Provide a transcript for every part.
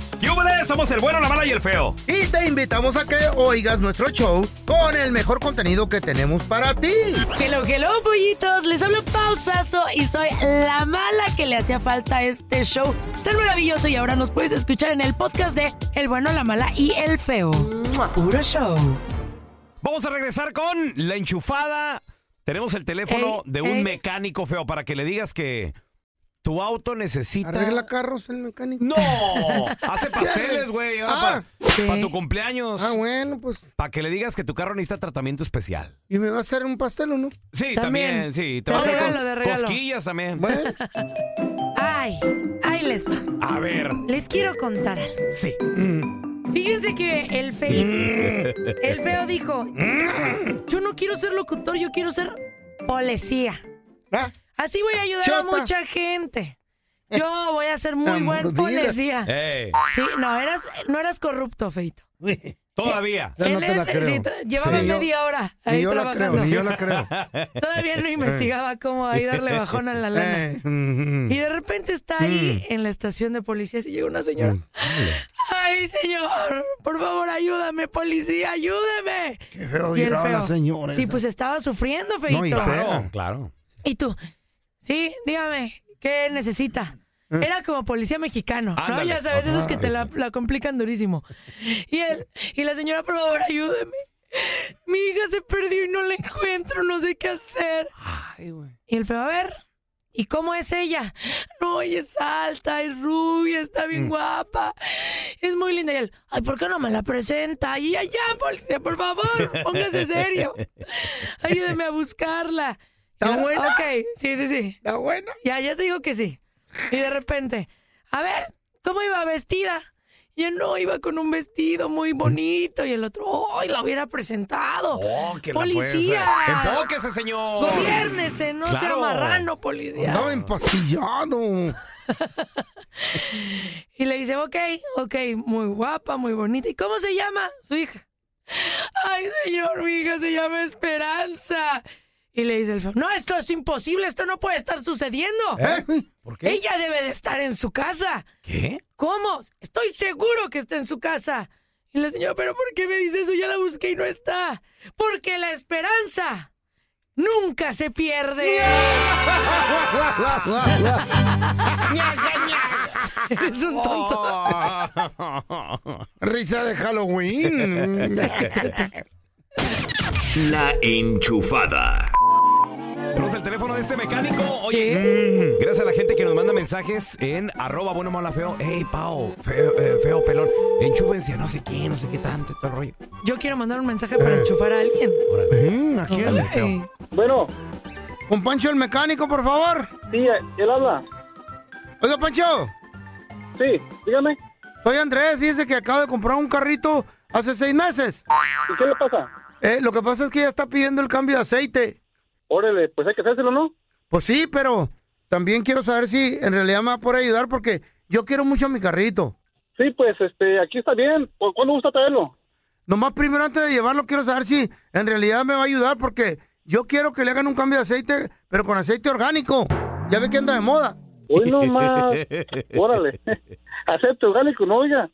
¡Yúbele! Somos el bueno, la mala y el feo. Y te invitamos a que oigas nuestro show con el mejor contenido que tenemos para ti. Hello, hello, pollitos. Les hablo pausazo y soy la mala que le hacía falta a este show tan maravilloso. Y ahora nos puedes escuchar en el podcast de El bueno, la mala y el feo. ¡Mua! Puro show. Vamos a regresar con la enchufada. Tenemos el teléfono Ey, de un ey. mecánico feo para que le digas que tu auto necesita. ¿Arregla carros el mecánico? ¡No! Hace pasteles, güey. Ah, Sí. Para tu cumpleaños. ah, bueno, pues. Para que le digas que tu carro necesita tratamiento especial. ¿Y me va a hacer un pastel o no? Sí, también, También. sí. Te De vas a hacer regalo, de con- regalo. cosquillas también. Bueno, Ay, ahí les va. A ver, Les quiero contar algo. sí. Fíjense que el feo, Mm. el feo dijo, yo no quiero ser locutor, yo quiero ser policía. va. Así voy a ayudar a Ah. Chota. mucha gente. Yo voy a ser muy La buen mordida. policía. Ey, Sí, no eras, no eras corrupto, Feito. todavía. Ya no Él te la es- creo. sí, t- llevaba Sí. media hora Ni ahí yo la creo, trabajando. ni yo la creo. Todavía no investigaba cómo ahí darle bajón a la lana. Eh, mm, mm. Y de repente está ahí en la estación de policías y llega una señora. Mm. Ay, señor, por favor, ayúdame, policía, ayúdeme. Qué mm, feo Y el llegaba la feo. señora Sí, esa. pues estaba sufriendo, feito. No, y fea. claro. Y tú, sí, dígame, ¿qué necesita? Mm. Era como policía mexicano, ¿no? Ándale. Ya sabes, esos que te la, la complican durísimo. Y él, y la señora, por favor, ayúdeme. Mi hija se perdió y no la encuentro, no sé qué hacer. Y el feo, a ver, ¿y cómo es ella? No, ella es alta, es rubia, está Mm. bien guapa, es muy linda. Y él, ay, ¿por qué no me la presenta? Y ella, ya, policía, por favor, póngase serio. Ayúdeme a buscarla. Y ¿Está lo- buena? Ok, sí, sí, sí. ¿Está buena? Ya, ya te digo que sí. Y de repente, a ver, ¿cómo iba vestida? Y él, no, iba con un vestido muy bonito. Y el otro, ¡ay, la hubiera presentado! Oh, que la ¡Policía! fuerza. ¡Enfóquese, señor! Gobiérnese, no sea Claro. marrano, policía. Estaba empastillado. Y le dice, ok, ok, muy guapa, muy bonita. ¿Y cómo se llama su hija? Ay, señor, mi hija se llama Esperanza. Y le dice el feo, no, esto es imposible, esto no puede estar sucediendo. ¿Eh? ¿Por qué? Ella debe de estar en su casa. ¿Qué? ¿Cómo? Estoy seguro que está en su casa. Y la señora, ¿pero por qué me dice eso? Ya la busqué y no está. Porque la esperanza nunca se pierde. Eres un tonto. Oh. Risa de Halloween. La enchufada. Tenemos el teléfono de este mecánico. Oye, gracias a la gente que nos manda mensajes en arroba bueno mala feo. Ey, Pau, feo, eh, feo pelón. Enchúfense a no sé qué, no sé qué tanto, y todo el rollo. Yo quiero mandar un mensaje para enchufar a alguien. Mm, ¿A quién? Ay, Bueno, Con Pancho el mecánico, por favor. sí, él habla. Oiga, Pancho, Sí, dígame, soy Andrés. Fíjese que acabo de comprar un carrito hace seis meses. ¿y qué le pasa? Eh, lo que pasa es que ya está pidiendo el cambio de aceite. Órale, pues hay que hacérselo, ¿no? Pues sí, pero también quiero saber si en realidad me va a poder ayudar porque yo quiero mucho mi carrito. Sí, pues, este, aquí está bien. ¿Cu- ¿Cuándo gusta traerlo? Nomás primero antes de llevarlo quiero saber si en realidad me va a ayudar porque yo quiero que le hagan un cambio de aceite, pero con aceite orgánico. Ya ve que anda de moda. Hoy nomás. Órale. Acepto orgánico, no, oiga.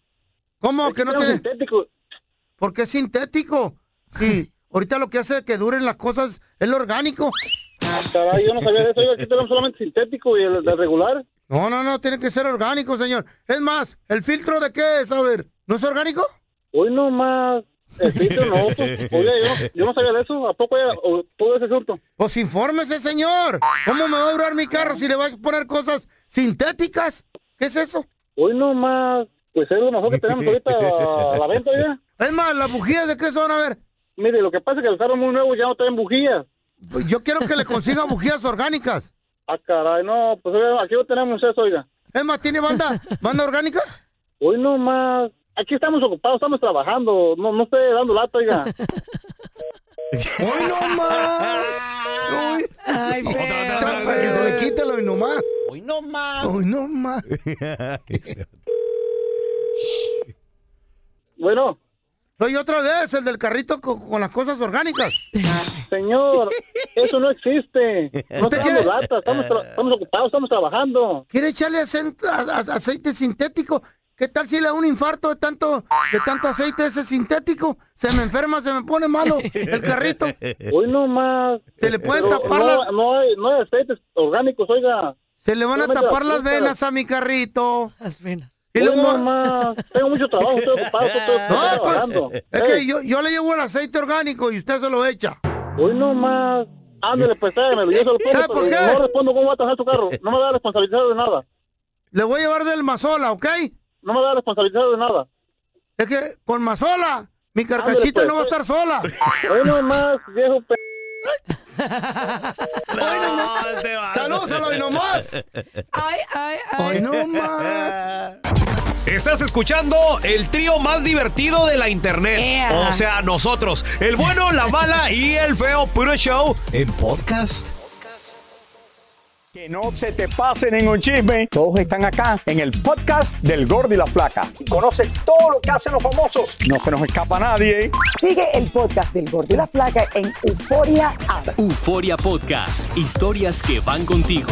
¿Cómo que no tiene? Sintético. ¿Por qué es sintético? Sí, ahorita lo que hace que duren las cosas es lo orgánico. Ah, caray, yo no sabía de eso. Oiga, aquí tenemos solamente sintético y el, el regular. No, no, no, tiene que ser orgánico, señor. Es más, ¿el filtro de qué es? A ver, ¿no es orgánico? Hoy nomás. El filtro no, pues, oiga, yo, no- yo no sabía de eso. ¿A poco oiga, o- todo ese asunto? Pues infórmese, señor. ¿Cómo me va a durar mi carro si le vas a poner cosas sintéticas? ¿Qué es eso? Hoy nomás. Pues es lo mejor que tenemos ahorita a la venta, oiga. Es más, ¿las bujías de qué son? A ver, Mire, lo que pasa es que el carro muy nuevo ya no traen bujías. pues yo quiero que le consiga bujías orgánicas. Ah, caray, no, pues oiga, aquí no tenemos eso, oiga. Es más, ¿tiene banda, banda orgánica? Hoy nomás. Aquí estamos ocupados, estamos trabajando. No, no estoy dando lata, oiga. ¡Hoy no más! ¡Uy! Ay, feo. Para que se le quite lo y nomás. Hoy no más. ¡Uy, no más! Bueno, Soy otra vez el del carrito con, con las cosas orgánicas. señor, eso no existe. No ¿Usted tenemos qué? lata, estamos, tra- estamos ocupados, estamos trabajando. ¿Quiere echarle acen- a- a- aceite sintético? ¿Qué tal si le da un infarto de tanto, de tanto aceite ese sintético? Se me enferma, se me pone malo el carrito. Hoy nomás. Se le pueden Pero tapar no, las- no hay, no hay aceites orgánicos, oiga. Se le van a Solamente tapar las las venas a mi carrito. Las venas. Y Hoy luego, nomás. Tengo mucho trabajo, estoy ocupado, estoy, estoy no, trabajando. pues, es Eh, que yo, yo le llevo el aceite orgánico y usted se lo echa. Hoy nomás. Ándale, pues tráemelo. Yo se lo ¿Sabe pongo, por pero qué? no respondo cómo va a trabajar tu carro. No me da responsabilidad de nada. Le voy a llevar del mazola, ¿ok? No me da responsabilidad de nada. Es que con mazola, mi carcachita pues, no va a eh. estar sola. Hoy Pues. nomás, viejo pe... Saludos a lo nomás. Ay, ay, Hoy ay. no más. Estás escuchando el trío más divertido de la internet. Ea. O sea, nosotros, el bueno, la mala y el feo puro show en podcast. Que no se te pasen en un chisme. Todos están acá en el podcast del Gordi y la Flaca. Y conoce todo lo que hacen los famosos. No se nos escapa nadie. ¿eh? Sigue el podcast del Gordo y la Flaca en Euforia App. Euforia Podcast. Historias que van contigo.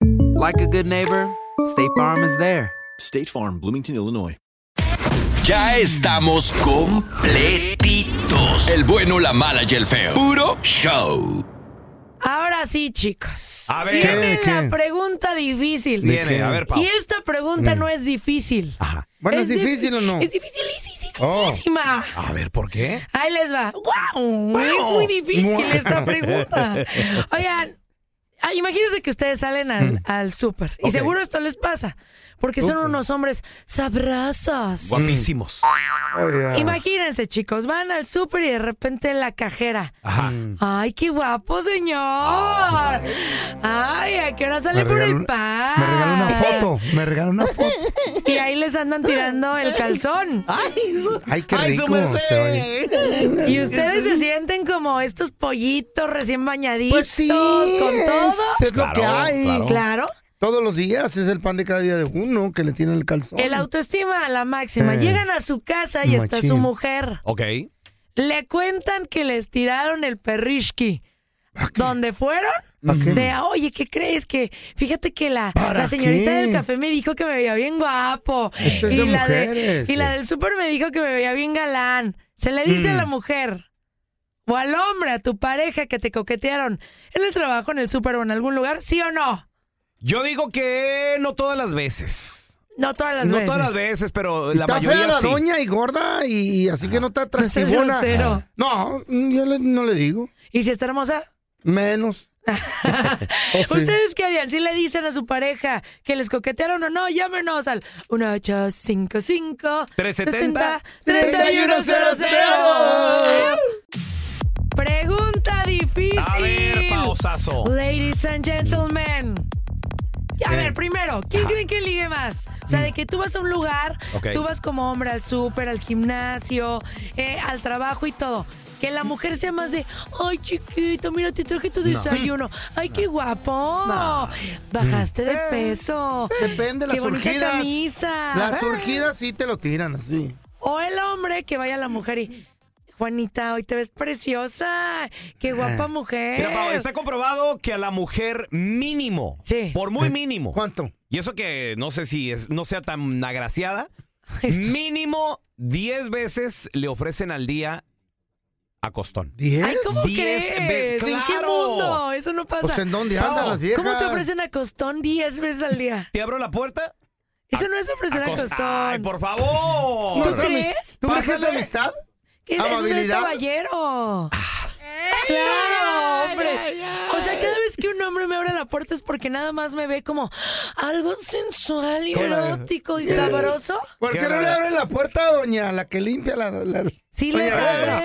like a good neighbor, State Farm is there. State Farm, Bloomington, Illinois. Ya estamos completitos. El bueno, la mala y el feo. Puro show. Ahora sí, chicos. A ver. Viene ¿Qué, la qué? pregunta difícil. Viene, a ver, Pau. Y esta pregunta no es difícil. Mm. Ah, Bueno, ¿es difi- difícil o no? Oh. Es dificilísima. A ver, ¿por qué? Ahí les va. ¡Wow! Es muy difícil esta pregunta. Oigan, ah, imagínense que ustedes salen al, al súper. Y Mm. Ok. seguro esto les pasa. Porque son unos hombres sabrazos. Guapísimos. Imagínense, chicos, van al súper y de repente la cajera. Ajá. ¡Ay, qué guapo, señor! ¡Ay, a qué hora sale por el pan! Me regaló una foto. Me regaló una foto. Y ahí les andan tirando el calzón. Ay, qué rico. se oye. Y ustedes se sienten como estos pollitos recién bañaditos Pues sí. con todo. Es lo Claro, que hay. claro. Claro. Todos los días es el pan de cada día de uno que le tiene el calzón. El autoestima a la máxima. Eh. Llegan a su casa y está su Machín. mujer. Ok. Le cuentan que les tiraron el perrishki. ¿Dónde fueron? qué? De, "Ah, oye, ¿qué crees? Que fíjate que la, la señorita qué? del café me dijo que me veía bien guapo. Eso es de la, mujeres. y la del súper me dijo que me veía bien galán. Se le dice a la Mm. mujer o al hombre, a tu pareja que te coquetearon en el trabajo, en el súper o en algún lugar, ¿sí o no? Yo digo que no todas las veces. No todas las no veces. todas las veces, pero Y la está mayoría fea la sí. doña y gorda y, y así que no está No seas atractivona. grosero. No, mm, yo le- no le digo. ¿Y si está hermosa? Menos. Oh, sí. ¿Ustedes qué harían? Si le dicen a su pareja que les coquetearon o no, llámenos al 1855 370 3100. Pregunta difícil. A ver, pausazo. Ladies and gentlemen. A ¿Qué? ver, primero, ¿quién creen que ligue más? O sea, de que tú vas a un lugar, Ok. tú vas como hombre al súper, al gimnasio, eh, al trabajo y todo. Que la mujer sea más de, ay chiquito, mira, te traje tu No. desayuno. Ay, qué guapo. Bajaste de Eh, peso. Depende de Qué las bonita surgidas. camisa. Las Eh. surgidas sí te lo tiran así. O el hombre que vaya a la mujer y, Juanita, hoy te ves preciosa. Qué guapa mujer. Eh. Mira, Pau, está comprobado que a la mujer mínimo, por muy mínimo. ¿Cuánto? Y eso que no sé si es, no sea tan agraciada, mínimo 10 veces le ofrecen al día a costón. ¿Diez? Ay, ¿cómo Diez crees? ve- ¿En qué ¡Claro! mundo? Eso no pasa. Pues, ¿en dónde andan Pau, las viejas? ¿Cómo te ofrecen a costón 10 veces al día? ¿Te abro la puerta? Eso no es ofrecer a, Acos- costón. ¡Ay, por favor! ¿Tú crees? ¿Tú crees que es Pásale. amistad? ¿Qué es eso? Es ¿Amabilidad? caballero. Claro, hombre. O sea, cada vez que un hombre me abre la puerta es porque nada más me ve como algo sensual y ¿Cómo la- erótico y Eh, sabroso. ¿Por qué no le abren la puerta a doña, la que limpia la... la- la- Sí, Doña les Rosa. abren.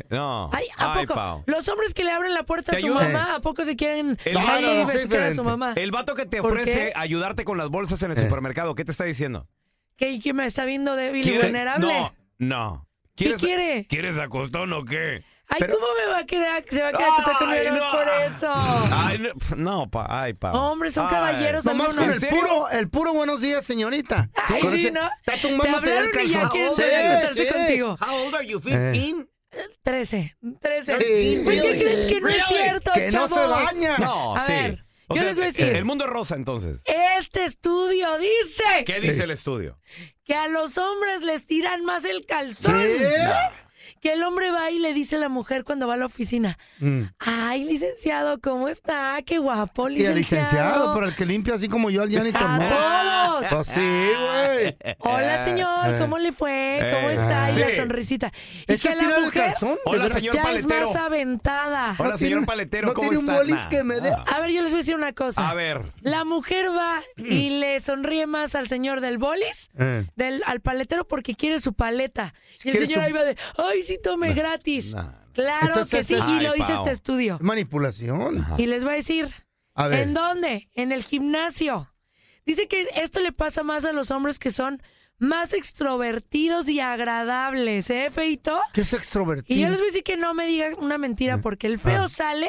Sí, no. Ay, ¿a poco? Pau. Los hombres que le abren la puerta a ¿Te su ayuda? mamá, ¿a poco se quieren El ahí vato- besuquear a su mamá? El vato que te ¿Por qué? ofrece ayudarte con las bolsas en el supermercado, ¿qué te está diciendo? Que, que me está viendo débil y ¿Quieres- vulnerable. No, no. ¿Qué quiere? ¿Quieres a costón o qué? Ay, Pero- ¿cómo me va a quedar? Se va a quedar acostada Ay, conmigo no. por eso. Ay, no, pf, no, pa, ay, pa. Hombre, son caballeros Nomás algunos. con el ¿En serio? puro, el puro buenos días, señorita. Ay, Con sí, ese- ¿no? Está tumbándote Te del hablaron y ya calzón. quieren Sí, salir a acostarse sí. contigo. How old are you, 15? 13, 13. Sí, pues ¿qué really, creen que no es really, cierto, que no se chavos? baña. No, a sí. ver, O yo sea, eh, les voy a decir. El mundo es rosa, entonces. Este estudio dice ¿Qué dice el estudio? que a los hombres les tiran más el calzón. Que el hombre va y le dice a la mujer cuando va a la oficina, ay, licenciado, ¿cómo está? Qué guapo, Mm. Sí, el licenciado. Ah, licenciado, pero el que limpia así como yo al Gianni Tormón. todos. Pues sí, güey. Hola, señor, ¿cómo le fue? ¿Cómo Ah, Eh, está? Y sí. la sonrisita. Y ¿Eso que es la tirar el mujer calzón? De Hola, veras. señor ya es paletero. más aventada. Hola, señor paletero, ¿cómo está? Nah. A ver, yo les voy a decir una cosa. A ver. La mujer va y Mm. le sonríe más al señor del bolis, Eh. del, al paletero, porque quiere su paleta. Y el Quiere señor su- ahí va de, ay, sí, tome gratis. Claro Entonces, que sí, es- y lo dice este estudio. Es Manipulación. Y les voy a decir, A ver. ¿en dónde? En el gimnasio. Dice que esto le pasa más a los hombres que son más extrovertidos y agradables, ¿eh, Feito? ¿Qué es extrovertido? Y yo les voy a decir que no me digan una mentira, porque el feo Ah. sale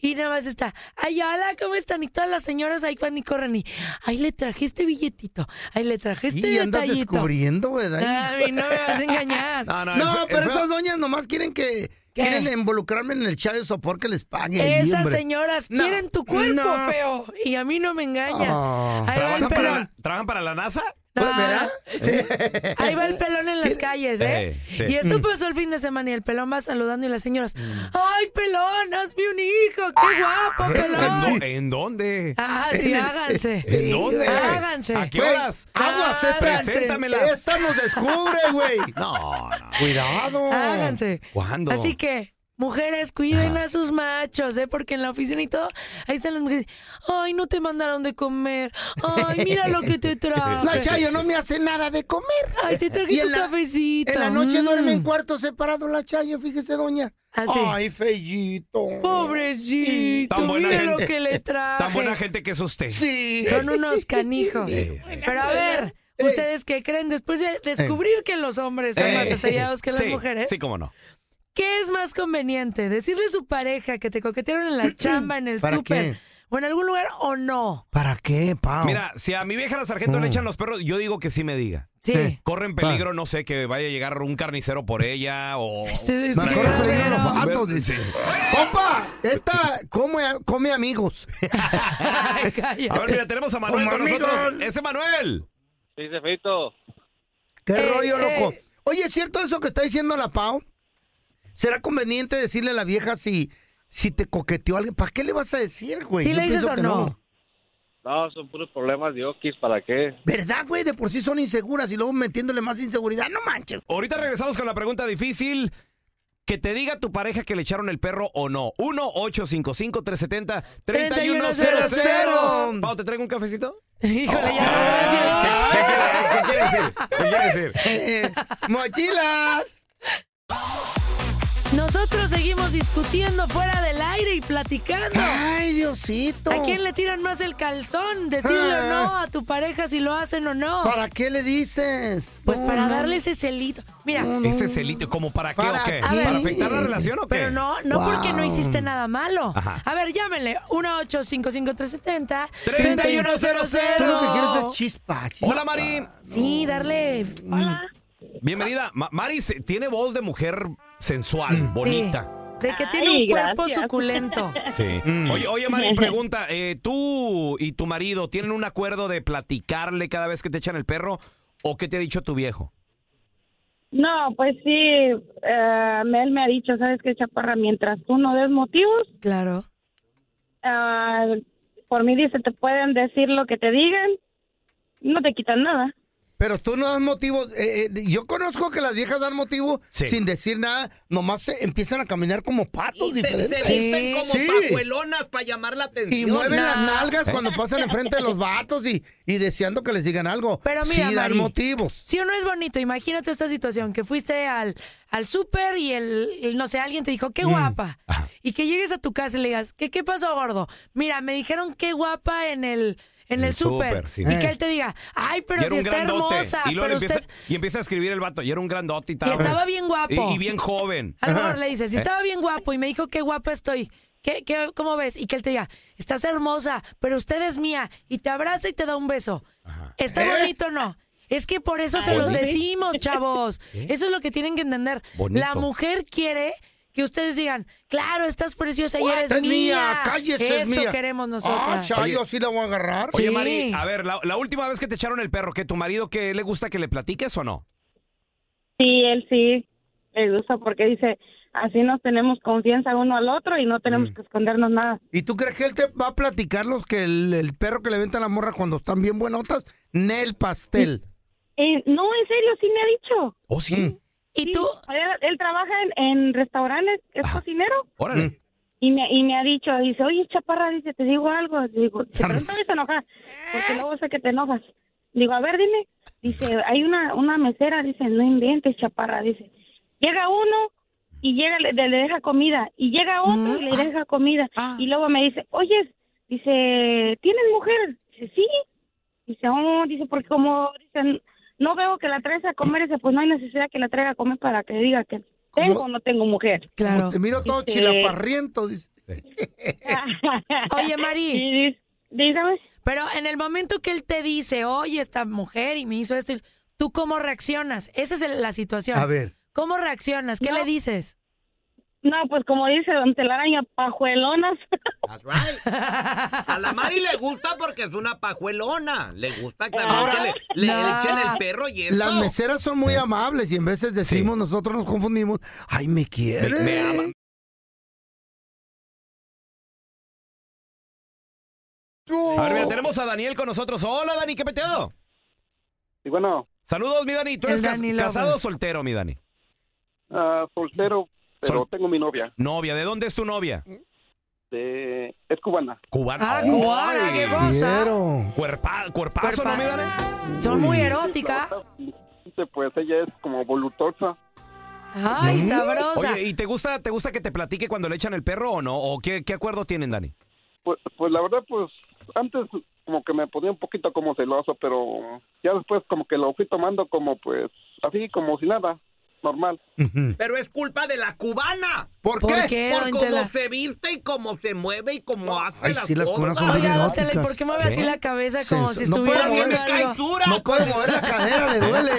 y nada más está. Ay, hola, ¿cómo están? Y todas las señoras ahí van y corren y. Ay, le traje este billetito. Ay, le traje este Y andas detallito. descubriendo, ¿verdad? A mí no me vas a engañar. No, pero esas doñas nomás quieren que... Quieren involucrarme en el chat de sopor que les pague. ahí, Esas hombre. señoras No, quieren tu cuerpo, no. feo. Y a mí no me engañan. Ah. Ahí va el ¿Trabajan para, pelón. la, ¿Trabajan para la NASA? Ah, Ahí va el pelón en las calles, ¿eh? Eh, sí. Y esto Mm. pasó el fin de semana y el pelón va saludando y las señoras, ¡ay, pelón, hazme un hijo! ¡Qué guapo, pelón! ¿En, dó- en dónde? Ah, sí, háganse. ¿En dónde? Háganse. ¿A qué Güey, horas? aguas, eh, Háganse. preséntamelas. Esta nos descubre, güey. No, no. Cuidado. Háganse. ¿Cuándo? Así que, mujeres, cuiden a sus machos, ¿eh? Porque en la oficina y todo, ahí están las mujeres. Ay, no te mandaron de comer. Ay, mira lo que te traje. La Chayo no me hace nada de comer. Ay, te traje Y tu en la- cafecito. En la noche Mm. duerme en cuarto separado la Chayo, fíjese, doña. Así. Ay, fellito. Ah, Pobrecito, Tan buena mira lo gente. que le traje. Tan buena gente que es usted. Eh. Sí. Son unos canijos. Pero a ver, ¿ustedes qué creen? Después de descubrir que los hombres son más Eh, asediados que las sí, mujeres, Sí, cómo no. ¿qué es más conveniente? ¿Decirle a su pareja que te coquetearon en la chamba, en el ¿Para súper qué? o en algún lugar o no. ¿Para qué, Pau? Mira, si a mi vieja la sargento Mm. le echan los perros, yo digo que sí me diga. Sí. Sí. Corre en peligro, no sé, que vaya a llegar un carnicero por ella o... Este- este Corre en grosero. peligro los patos, ¡Compa! Esta come, come amigos. A ver, mira, tenemos a Manuel Como con nosotros. amigos. ¡Ese Manuel! Sí, Cefito. ¡Qué Eh, rollo, loco! Oye, ¿es cierto eso que está diciendo la Pau? ¿Será conveniente decirle a la vieja si, si te coqueteó alguien? ¿Para qué le vas a decir, güey? ¿Sí le dices pienso o que no? No, son puros problemas de Oquis, ¿para qué? ¿Verdad, güey? De por sí son inseguras y luego metiéndole más inseguridad. ¡No manches! Ahorita regresamos con la pregunta difícil. Que te diga tu pareja que le echaron el perro o no. 1-855-370-3100. Pau, ¿te traigo un cafecito? Híjole, ya no, gracias. ¿Qué quieres decir? ¿Qué quieres decir? Eh, ¡Mochilas! Nosotros seguimos discutiendo fuera del aire y platicando. ¡Ay, Diosito! ¿A quién le tiran más el calzón? Decirle o no a tu pareja si lo hacen o no. ¿Para qué le dices? Pues No, para no. darle ese celito. Mira. Ese celito, ¿como para qué ¿Para o qué? qué? A ver. ¿Para afectar la relación o qué? Pero no, no porque no hiciste nada malo. Ajá. A ver, llámenle. 1-855-370. Tú lo que quieres es chispa, chispa. Hola, Mari. Sí, darle. Bienvenida. Ma- Mari se- tiene voz de mujer sensual, bonita. De que tiene Ay, un cuerpo gracias. suculento. Sí. Oye, oye, Mari, pregunta, eh, ¿tú y tu marido tienen un acuerdo de platicarle cada vez que te echan el perro o qué te ha dicho tu viejo? No, pues sí, eh, él me ha dicho, ¿sabes qué, chaparra? Mientras tú no des motivos. Claro. por mí dice, te pueden decir lo que te digan, no te quitan nada. Pero tú no das motivos. eh, eh, yo conozco que las viejas dan motivos Sí. sin decir nada. Nomás se empiezan a caminar como patos diferentes. Sí. para llamar la Y mueven las nalgas cuando pasan enfrente de los vatos y, y deseando que les digan algo. Pero mira, sí Mari, dan motivos. Si uno es bonito, imagínate esta situación, que fuiste al, al súper y el, el, no sé, alguien te dijo, Mm, qué guapa. Y que llegues a tu casa y le digas, ¿qué, qué pasó, gordo? Mira, me dijeron qué guapa en el, en el súper. súper, sí. Y que Eh. él te diga, ay, Y pero era si un está grandote. hermosa, y, luego pero le empieza, usted... y empieza a escribir el vato. Y era un grandote y tal. Y estaba bien guapo. Y, y bien joven. A lo mejor le dices, si Eh, estaba bien guapo y me dijo qué guapa estoy, ¿qué, qué, ¿cómo ves? Y que él te diga, estás hermosa, pero usted es mía. Y te abraza y te da un beso. ¿Está ¿Eh? bonito o no? Es que por eso se los Bonito. decimos, chavos. ¿Eh? Eso es lo que tienen que entender. Bonito. La mujer quiere que ustedes digan, claro, estás preciosa y eres Es mía. mía, cállese, es eso mía. queremos Ah, nosotras. chayo, sí la voy a agarrar. Oye, Mari, ah, a ver, la, la última vez que te echaron el perro, ¿que tu marido que le gusta que le platiques o no? Sí, él sí le gusta porque dice, así nos tenemos confianza uno al otro y no mm. tenemos que escondernos nada. ¿Y tú crees que él te va a platicar los que el, el perro que le venta a la morra cuando están bien buenotas? Nel pastel. Mm. Eh, no, en serio, sí me ha dicho. ¿Oh, sí? ¿Y tú? Él, él trabaja en, en restaurantes, es cocinero. Mm. Órale. Y me, y me ha dicho, dice, oye, chaparra, dice, te digo algo. Digo, te no te enojar, porque luego sé que te enojas. Digo, a ver, dime. Dice, hay una, una mesera, dice, no inventes, chaparra, dice. Llega uno y llega, le, le deja comida. Y llega otro y le deja comida. Y luego me dice, oye, dice, ¿tienes mujer? Dice, sí. Dice, oh, dice, porque como, dicen, no veo que la traes a comer, dice, pues no hay necesidad que la traiga a comer para que diga que tengo o no tengo mujer. Claro. Te miro todo Dice- chilaparriento. dice. Oye, Mari. Dígame. Pero en el momento que él te dice, oye, esta mujer y me hizo esto, y- ¿tú cómo reaccionas? Esa es el- la situación. A ver. ¿Cómo reaccionas? ¿Qué le dices? No, pues como dice Don Telaraña, pajuelonas. A la Mari le gusta porque es una pajuelona. Le gusta también Ahora- que le, le Ah. No. echen el perro y eso. Las meseras son muy amables y en veces decimos, nosotros nos confundimos, ay, me quiere. Me- me ama. A ver, mira, tenemos a Daniel con nosotros. Hola, Dani, ¿qué peteo? Y bueno. Saludos, mi Dani. ¿Tú El eres cas- Dani Lover. casado o soltero, mi Dani? Ah, soltero, pero tengo mi novia. Novia, ¿de dónde es tu novia? De... Es cubana. Cubana. Ah, cubana, Ay, qué cosa. Quiero. Cuerpa- cuerpazo, Cuerpa- ¿no, mi Dani? Son muy eróticas. Dice, Pues ella es como voluptuosa. Ay, Mm. sabrosa. Oye, ¿y te gusta, te gusta que te platique cuando le echan el perro o no? ¿O qué, qué acuerdo tienen, Dani? Pues, pues la verdad, pues antes como que me ponía un poquito como celoso, pero ya después como que lo fui tomando como pues así como si nada. normal. Pero es culpa de la cubana. ¿Por ¿Por qué? qué, Por don cómo Tela? se viste y cómo se mueve y cómo hace Ay, las sí, las cubanas cosas. son bien Oiga, don Tela, ¿y por eróticas. qué mueve así ¿Qué? la cabeza como Sensu- si no estuviera puede mover viendo la algo? No puede mover la cadera, le duele.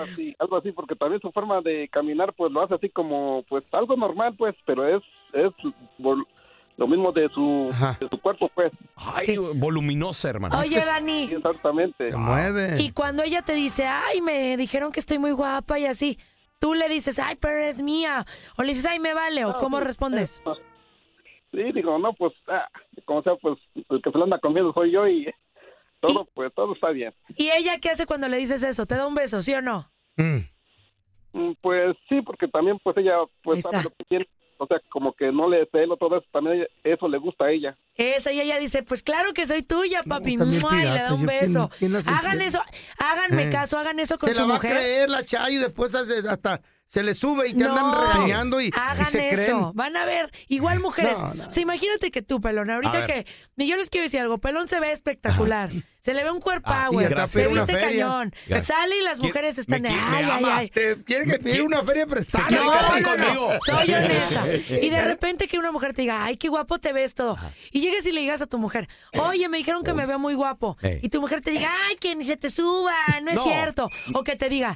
Así, algo así, porque también su forma de caminar, pues lo hace así como, pues algo normal, pues, pero es, es vol- lo mismo de su, de su cuerpo, pues. Ay, voluminosa, hermano. Oye, Dani. Exactamente. Se mueve. Y cuando ella te dice, ay, me dijeron que estoy muy guapa y así, tú le dices, ay, pero es mía. O le dices, ay, me vale. ¿O cómo respondes? Sí, digo, no, pues, ah, como sea, pues, el que se lo anda comiendo soy yo y todo, pues, todo está bien. ¿Y ella qué hace cuando le dices eso? ¿Te da un beso, sí o no? Mm, Pues sí, porque también, pues, ella, pues, sabe lo que quiere. O sea, como que no le celo todo eso, también ella- eso le gusta a ella. Esa, y ella dice, pues claro que soy tuya, papi. también ¡Mua! y le da pirata, un yo, ¿quién- beso. quién las hagan entiende? eso, háganme Eh. caso, hagan eso con Se su la va mujer. a creer la chayo y después hace- hasta se le sube y te andan No, regañando y, y hagan se eso. creen. Van a ver, igual mujeres. No, no. O sea, imagínate que tú, pelón, ahorita A ver. que. y Yo les quiero decir algo. Pelón se ve espectacular. Se le ve un cuerpo Ah, y power. hasta Se pide una viste feria. cañón. Gracias. Sale y las ¿Quién- mujeres me están de. qui- me Ay, ay, ama? ay. Te quiere que pedir una feria prestada. quiere Ah, No, casar no, no. conmigo. Soy honesta. Y de repente que una mujer te diga, ay, qué guapo te ves todo. Y llegues y le digas a tu mujer, oye, me dijeron que me veo muy guapo. Ey. Y tu mujer te diga, ay, que ni se te suba, no es No. cierto. O que te diga,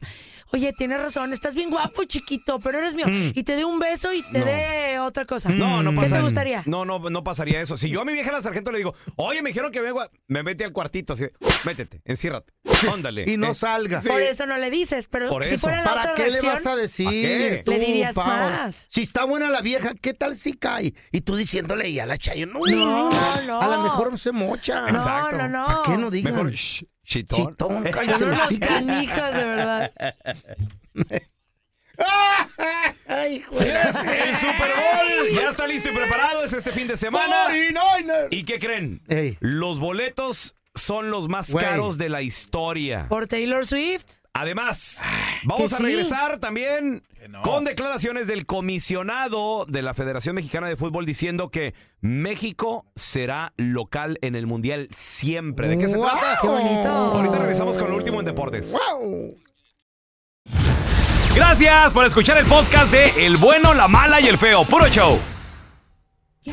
oye, tienes razón, estás bien guapo, chiquito, pero eres mío. Mm. Y te dé un beso y te No. dé otra cosa. No, no pasa. Mm. ¿Qué te gustaría? No, no, no pasaría eso. Si yo a mi vieja la sargento le digo, oye, me dijeron que vengo, a-", me mete al cuartito así, métete, enciérrate, ándale. Y no Eh, salgas. sí. Por eso no le dices, pero Por si eso. fuera la ¿Para otra qué le reacción, vas a ¿Para qué? decir? Le tú, dirías Pao? más. Si está buena la vieja, ¿qué tal si cae? Y tú diciéndole y a la chayo, no, No, no. A lo mejor se mocha. No, Exacto. no, no. ¿Para qué no digan? Mejor, shh, chitón. Chitón, cállate Son el unos hocico. canijas, de verdad. Ay, güey. Señores, el Super Bowl ya está listo y preparado. Es este fin de semana. 49ers. ¿Y qué creen? Los boletos son los más Güey. caros de la historia. Por Taylor Swift. Además, vamos que a sí. regresar también con declaraciones del comisionado de la Federación Mexicana de Fútbol diciendo que México será local en el Mundial siempre. ¿De qué se Wow. trata? Qué bonito. Ahorita regresamos con lo último en deportes. Wow. Gracias por escuchar el podcast de El bueno, la mala y el feo. Puro show. ¿Qué